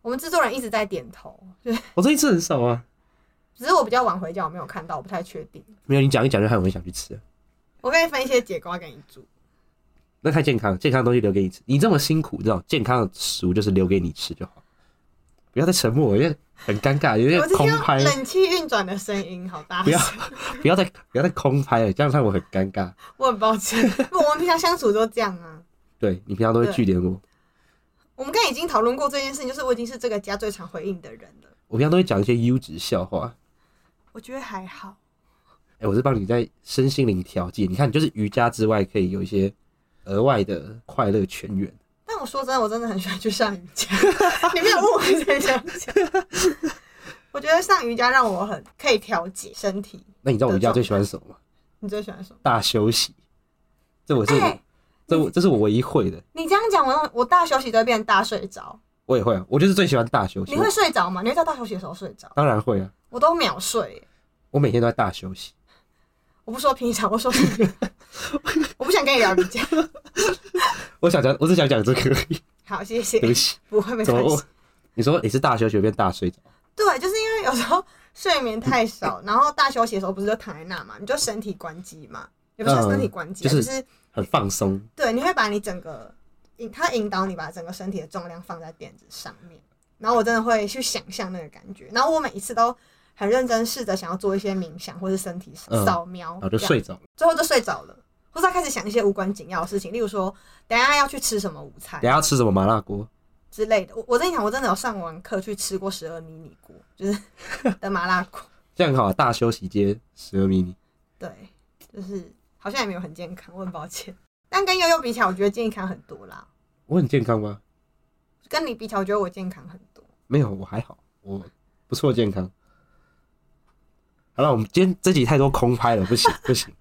Speaker 2: 我们制作人一直在点头，就是
Speaker 1: 我最近吃很少啊。
Speaker 2: 只是我比较晚回家，我没有看到，我不太确定。
Speaker 1: 没有你讲一讲就害我很想去吃了，
Speaker 2: 我可以分一些节瓜给你煮，
Speaker 1: 那太健康了，健康的东西留给你吃。你这么辛苦，这种健康的食物就是留给你吃就好，不要再沉默，因为很尴尬，有点
Speaker 2: 我是
Speaker 1: 空
Speaker 2: 听到
Speaker 1: 拍。
Speaker 2: 冷气运转的声音，好大
Speaker 1: 不要
Speaker 2: 声，
Speaker 1: 不要再不要再空拍了，这样让我很尴尬。
Speaker 2: 我很抱歉。不我们平常相处都这样啊。
Speaker 1: 对你平常都会拒点我，
Speaker 2: 我们刚才已经讨论过这件事情，就是我已经是这个家最常回应的人了，
Speaker 1: 我平常都会讲一些优质笑话。
Speaker 2: 我觉得还好。
Speaker 1: 哎、我是帮你在身心灵调剂。你看，就是瑜伽之外，可以有一些额外的快乐泉源。
Speaker 2: 但我说真的，我真的很喜欢去上瑜 伽。你没有问我才想讲。我觉得上瑜伽让我很可以调节身体。
Speaker 1: 那你知道我瑜伽最喜欢什么吗？
Speaker 2: 你最喜欢什么？
Speaker 1: 大休息。这我是、
Speaker 2: 哎、
Speaker 1: 这我这是我唯一会的，
Speaker 2: 你这样讲，我我大休息都会变大睡着。
Speaker 1: 我也会啊。我就是最喜欢大休息。
Speaker 2: 你会睡着吗？你会在大休息的时候睡着
Speaker 1: 我？当然会啊，
Speaker 2: 我都秒睡，
Speaker 1: 我每天都在大休息。
Speaker 2: 我不说平常，我说 我不想跟你聊瑜伽。
Speaker 1: 我想讲，我只想讲这个而已。
Speaker 2: 好，谢谢
Speaker 1: 对，不起，
Speaker 2: 不会没
Speaker 1: 怎么
Speaker 2: 关系
Speaker 1: 我。？你说你是大休学变大睡着？
Speaker 2: 对，就是因为有时候睡眠太少，
Speaker 1: 嗯
Speaker 2: 然后大休息的时候不是就躺在那嘛，你就身体关机嘛，也不是
Speaker 1: 嗯
Speaker 2: 身体关机啊，
Speaker 1: 就
Speaker 2: 就是是
Speaker 1: 很放松，
Speaker 2: 对，你会把你整个引它引导你把整个身体的重量放在垫子上面，然后我真的会去想象那个感觉，然后我每一次都很认真试着想要做一些冥想或是身体
Speaker 1: 嗯
Speaker 2: 扫描，
Speaker 1: 然后就
Speaker 2: 这样
Speaker 1: 睡着了。
Speaker 2: 最后就睡着了，或者他开始想一些无关紧要的事情，例如说等一下要去吃什么午餐
Speaker 1: 等一下要吃什么麻辣锅？
Speaker 2: 之类的。我我跟你讲，我真的有上完课去吃过十二迷你锅，就是 的麻辣锅，
Speaker 1: 这样好啊，大休息街十二迷你。
Speaker 2: 对，就是好像也没有很健康，我很抱歉。但跟悠悠比起来，我觉得健康很多啦。
Speaker 1: 我很健康吗？
Speaker 2: 跟你比起来，我觉得我健康很多。
Speaker 1: 没有，我还好，我不错健康。好了，我们今天这集太多空拍了，不行不行。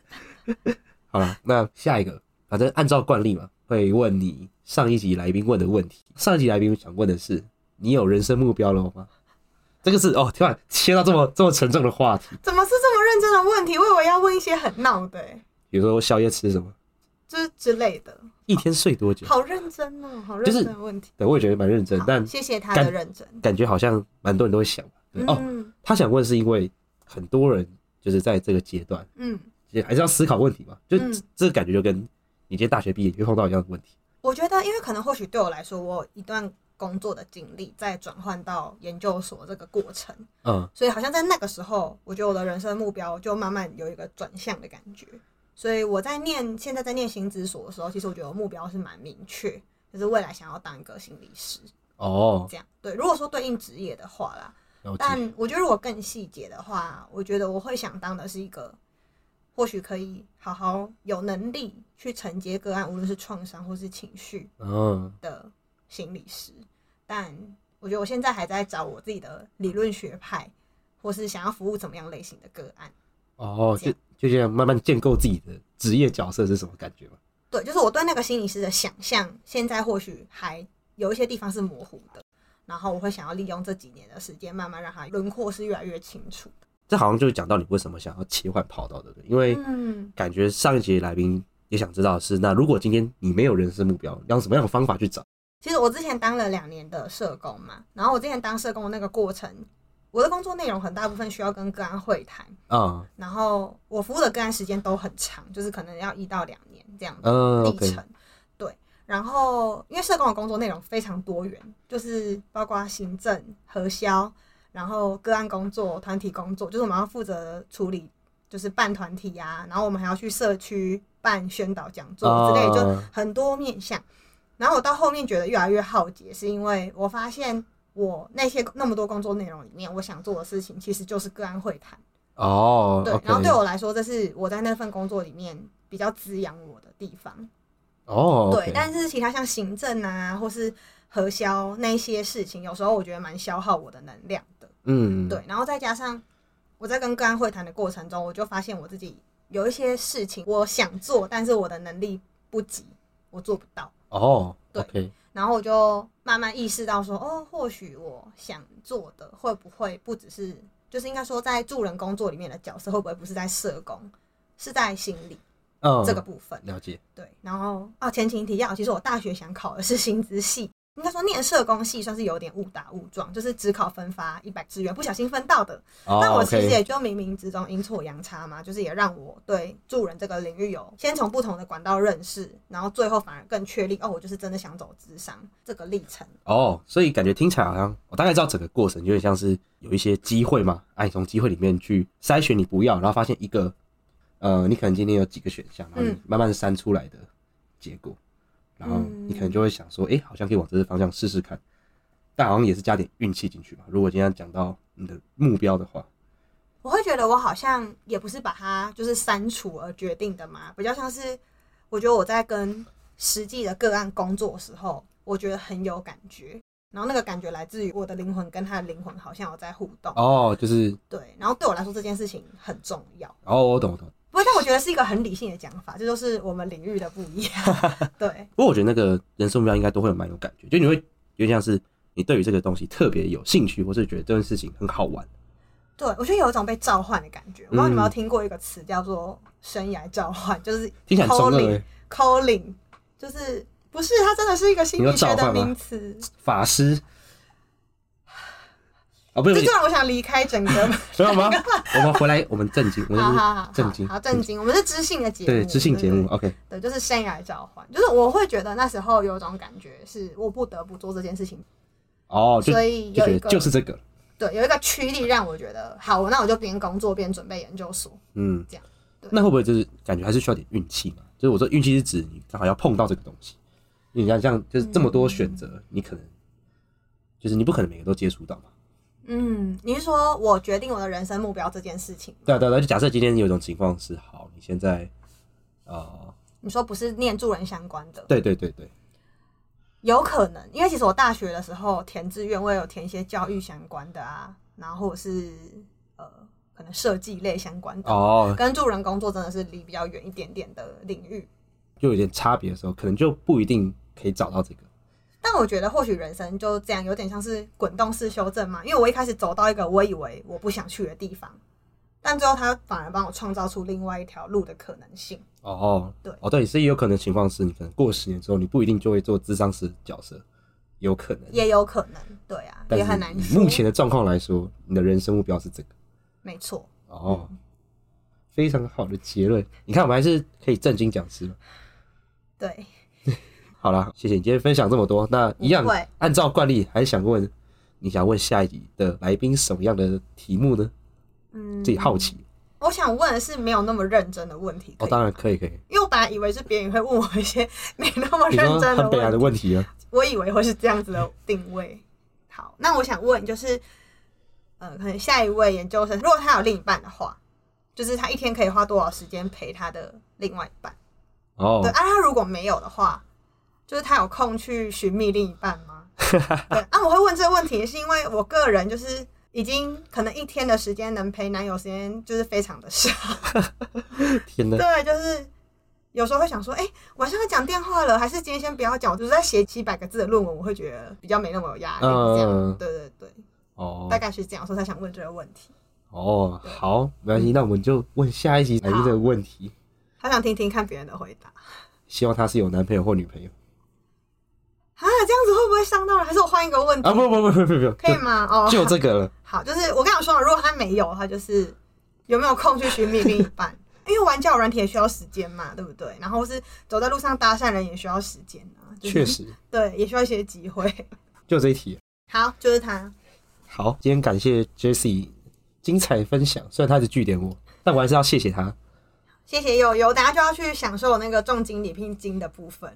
Speaker 1: 好了，那下一个，反正按照惯例嘛，会问你上一集来宾问的问题。上一集来宾想问的是，你有人生目标了吗？这个是哦，突然切到这么这么沉重的话题，
Speaker 2: 怎么是这么认真的问题？我以为要问一些很闹的、欸，
Speaker 1: 比如说宵夜吃什么，
Speaker 2: 就是之类的，
Speaker 1: 一天睡多久？
Speaker 2: 好认真哦、好
Speaker 1: 就
Speaker 2: 认
Speaker 1: 是
Speaker 2: 真的问题。
Speaker 1: 对，我也觉得蛮认真
Speaker 2: 好，
Speaker 1: 但
Speaker 2: 谢谢他
Speaker 1: 感
Speaker 2: 的认真。
Speaker 1: 感觉好像蛮多人都会想。对哦，
Speaker 2: 嗯
Speaker 1: 他想问是因为很多人就是在这个阶段，
Speaker 2: 嗯，
Speaker 1: 也还是要思考问题嘛。就、
Speaker 2: 嗯
Speaker 1: 这个感觉就跟你今天大学毕业你会碰到一样的问题。
Speaker 2: 我觉得，因为可能或许对我来说，我有一段工作的经历，再转换到研究所这个过程，
Speaker 1: 嗯，
Speaker 2: 所以好像在那个时候，我觉得我的人生目标就慢慢有一个转向的感觉。所以我在念现在在念薪资所的时候，其实我觉得我目标是蛮明确，就是未来想要当一个心理师
Speaker 1: 哦，
Speaker 2: 这样。对，如果说对应职业的话啦，
Speaker 1: 了解。
Speaker 2: 但我觉得如果更细节的话，我觉得我会想当的是一个，或许可以好好有能力去承接个案，无论是创伤或是情绪
Speaker 1: 嗯，
Speaker 2: 的心理师，但我觉得我现在还在找我自己的理论学派，或是想要服务怎么样类型的个案。
Speaker 1: 哦，
Speaker 2: 这
Speaker 1: 就
Speaker 2: 样
Speaker 1: 就这样慢慢建构自己的职业角色是什么感觉嘛？
Speaker 2: 对，就是我对那个心理师的想象，现在或许还有一些地方是模糊的，然后我会想要利用这几年的时间，慢慢让它轮廓是越来越清楚的。
Speaker 1: 这好像就讲到你为什么想要切换跑道，对不对？因为
Speaker 2: 嗯，
Speaker 1: 感觉上一节来宾也想知道的是，那如果今天你没有人生目标，你要用什么样的方法去找？
Speaker 2: 其实我之前当了两年的社工嘛，然后我之前当社工的那个过程，我的工作内容很大部分需要跟个案会谈，
Speaker 1: 啊、
Speaker 2: 然后我服务的个案时间都很长，就是可能要一到两年这样子。
Speaker 1: 嗯
Speaker 2: 历
Speaker 1: ，OK，
Speaker 2: 程。对，然后因为社工的工作内容非常多元，就是包括行政、核销，然后个案工作、团体工作，就是我们要负责处理就是办团体呀、然后我们还要去社区办宣导讲座之类，就
Speaker 1: 啊
Speaker 2: 很多面向。然后我到后面觉得越来越耗竭，是因为我发现我那些那么多工作内容里面，我想做的事情其实就是个案会谈。
Speaker 1: 哦，
Speaker 2: 对
Speaker 1: OK
Speaker 2: 然后对我来说，这是我在那份工作里面比较滋养我的地方。
Speaker 1: 哦，
Speaker 2: 对
Speaker 1: OK，
Speaker 2: 但是其他像行政啊，或是核销那一些事情，有时候我觉得蛮消耗我的能量的。
Speaker 1: 嗯，
Speaker 2: 对，然后再加上我在跟个案会谈的过程中，我就发现我自己有一些事情我想做，但是我的能力不及，我做不到。
Speaker 1: 哦
Speaker 2: 对
Speaker 1: ，OK，
Speaker 2: 然后我就慢慢意识到说，哦，或许我想做的会不会不只是，就是应该说在助人工作里面的角色会不会不是在社工，是在心理
Speaker 1: 嗯，
Speaker 2: 这个部分。
Speaker 1: 了解，
Speaker 2: 对，然后啊，前情提要，其实我大学想考的是薪资系，应该说念社工系算是有点误打误撞，就是只考分发一百志愿，不小心分到的。但
Speaker 1: 哦
Speaker 2: 我其实
Speaker 1: ，OK，
Speaker 2: 也就冥冥之中阴错阳差嘛，就是也让我对助人这个领域有先从不同的管道认识，然后最后反而更确立哦，我就是真的想走智商这个历程。
Speaker 1: 哦，所以感觉听起来好像我大概知道整个过程，有点像是有一些机会嘛，啊，你从机会里面去筛选你不要，然后发现一个，呃，你可能今天有几个选项，然后你
Speaker 2: 嗯
Speaker 1: 慢慢删出来的结果，然后你可能就会想说，诶，哎好像可以往这个方向试试看，但好像也是加点运气进去嘛。如果今天讲到你的目标的话，
Speaker 2: 我会觉得我好像也不是把它就是删除而决定的嘛，比较像是我觉得我在跟实际的个案工作的时候，我觉得很有感觉，然后那个感觉来自于我的灵魂跟他的灵魂好像有在互动，
Speaker 1: 哦，就是，
Speaker 2: 对，然后对我来说这件事情很重要。
Speaker 1: 哦，我懂我懂。
Speaker 2: 不过，但我觉得是一个很理性的讲法，这就是我们领域的不一样。 对，
Speaker 1: 不过我觉得那个人生目标应该都会蛮有感觉，就你会有点像是你对于这个东西特别有兴趣，或是觉得这件事情很好玩。
Speaker 2: 对我觉得有一种被召唤的感觉。我不知道你们有没
Speaker 1: 嗯
Speaker 2: 有听过一个词叫做“生涯召唤”，就是
Speaker 1: 听起来很中二、欸
Speaker 2: calling，calling，，就是不是它真的是一个心理学
Speaker 1: 你说召
Speaker 2: 的
Speaker 1: 唤吗
Speaker 2: 名词。
Speaker 1: 法师啊，不
Speaker 2: 这
Speaker 1: 是
Speaker 2: 就让我想离开整个。
Speaker 1: 不要吗？我们回来，我们正经，我
Speaker 2: 好好
Speaker 1: 们
Speaker 2: 好好，
Speaker 1: 是正经，
Speaker 2: 好正经，我们是知性的节目，
Speaker 1: 对知性节目
Speaker 2: 对
Speaker 1: ，OK，
Speaker 2: 对，对就是生涯召唤，就是我会觉得那时候有一种感觉，是我不得不做这件事情，
Speaker 1: 哦，就
Speaker 2: 所以
Speaker 1: 就
Speaker 2: 有
Speaker 1: 觉得
Speaker 2: 一个
Speaker 1: 就是这个，
Speaker 2: 对，有一个驱力让我觉得好，那我就边工作边准备研究所。
Speaker 1: 嗯
Speaker 2: 这样对，
Speaker 1: 那会不会就是感觉还是需要点运气嘛？就是我说运气是指你刚好要碰到这个东西，你像像就是这么多选择，你可能就是你不可能每个都接触到嘛。
Speaker 2: 嗯，你是说我决定我的人生目标这件事情？
Speaker 1: 对啊，对啊，对啊就假设今天有一种情况是，好，你现在，呃，
Speaker 2: 你说不是念助人相关的，
Speaker 1: 对对对对，
Speaker 2: 有可能，因为其实我大学的时候填志愿，我也有填一些教育相关的啊，然后或者是呃，可能设计类相关的，
Speaker 1: 哦，
Speaker 2: 跟助人工作真的是离比较远一点点的领域。
Speaker 1: 就有点差别的时候，可能就不一定可以找到这个。
Speaker 2: 但我觉得或许人生就这样，有点像是滚动式修正嘛。因为我一开始走到一个我以为我不想去的地方，但最后他反而帮我创造出另外一条路的可能性。
Speaker 1: 哦，
Speaker 2: 对
Speaker 1: 哦，对，所以有可能情况是你可能过十年之后，你不一定就会做智商师角色，有可能，
Speaker 2: 也有可能，对啊，
Speaker 1: 但
Speaker 2: 也
Speaker 1: 是
Speaker 2: 很难
Speaker 1: 以
Speaker 2: 说。
Speaker 1: 目前的状况来说，你的人生目标是这个。
Speaker 2: 没错，
Speaker 1: 哦，
Speaker 2: 嗯
Speaker 1: 非常好的结论。你看，我们还是可以正经讲师嘛。
Speaker 2: 对，
Speaker 1: 好啦，谢谢你今天分享这么多。那一样
Speaker 2: 不会，
Speaker 1: 按照惯例，还想问你想问下一集的来宾什么样的题目呢？
Speaker 2: 嗯
Speaker 1: 自己好奇。
Speaker 2: 我想问的是没有那么认真的问题，
Speaker 1: 哦，
Speaker 2: 可以吗
Speaker 1: 当然可以，可以。
Speaker 2: 因为我本来以为是别人会问我一些 没那么
Speaker 1: 你
Speaker 2: 认
Speaker 1: 说
Speaker 2: 真的
Speaker 1: 很北来
Speaker 2: 问
Speaker 1: 的
Speaker 2: 题，
Speaker 1: 问题啊？
Speaker 2: 我以为会是这样子的定位。好，那我想问就是，呃，可能下一位研究生，如果他有另一半的话，就是他一天可以花多少时间陪他的另外一半？
Speaker 1: 哦
Speaker 2: 对，，啊，他如果没有的话，就是他有空去寻觅另一半 吗？对，啊，我会问这个问题，是因为我个人就是已经可能一天的时间能陪男友时间就是非常的少，
Speaker 1: 天哪！
Speaker 2: 对，就是有时候会想说，哎、晚上要讲电话了，还是今天先不要讲，我就是在写几百个字的论文，我会觉得比较没那么有压力，这样，
Speaker 1: 嗯
Speaker 2: 对对对，
Speaker 1: 哦
Speaker 2: 大概是这样，所以才想问这个问题，
Speaker 1: 哦，好，没关系，那我们就问下一集来宾这个问题。
Speaker 2: 嗯好想听听看别人的回答。
Speaker 1: 希望他是有男朋友或女朋友
Speaker 2: 啊，这样子会不会伤到人？还是我换一个问题？
Speaker 1: 啊？不不不不不不，
Speaker 2: 可以吗？哦，
Speaker 1: 就就这 个了。
Speaker 2: 好，就是我刚刚有说了，如果他没有的话，就是有没有空去寻觅另一半？因为玩交友软体也需要时间嘛，对不对？然后是走在路上搭讪人也需要时间啊，就是
Speaker 1: 确，实，
Speaker 2: 对，也需要一些机会。
Speaker 1: 就这一题。
Speaker 2: 好，就是他，
Speaker 1: 好，今天感谢 Jesse i 精彩分享，虽然他一直据点我，但我还是要谢谢他。
Speaker 2: 谢谢悠悠，等下就要去享受那个重金礼聘金的部分，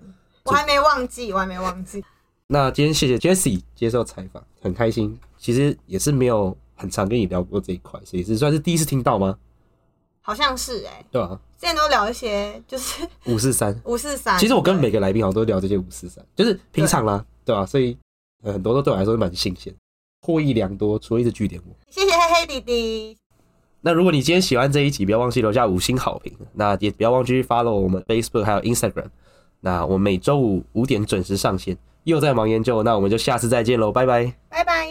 Speaker 2: 我还没忘记，我还没忘记。
Speaker 1: 那今天谢谢 Jesse 接受采访，很开心。其实也是没有很常跟你聊过这一块，所以是算是第一次听到吗？
Speaker 2: 好像是哎、
Speaker 1: 对吧？
Speaker 2: 之前都聊一些就是 ，
Speaker 1: 五四三
Speaker 2: 五四三，
Speaker 1: 其实我跟
Speaker 2: 对
Speaker 1: 每个来宾好像都聊这些五四三，就是平常啦，对吧、所以呃很多都对我来说蛮新鲜，获益良多，所以一直据点我。
Speaker 2: 谢谢黑黑弟弟，
Speaker 1: 那如果你今天喜欢这一集，不要忘记留下五星好评。那也不要忘记去 follow 我们 Facebook 还有 Instagram。那我们每周五五点准时上线，又在忙研究，那我们就下次再见喽，拜拜。
Speaker 2: 拜拜。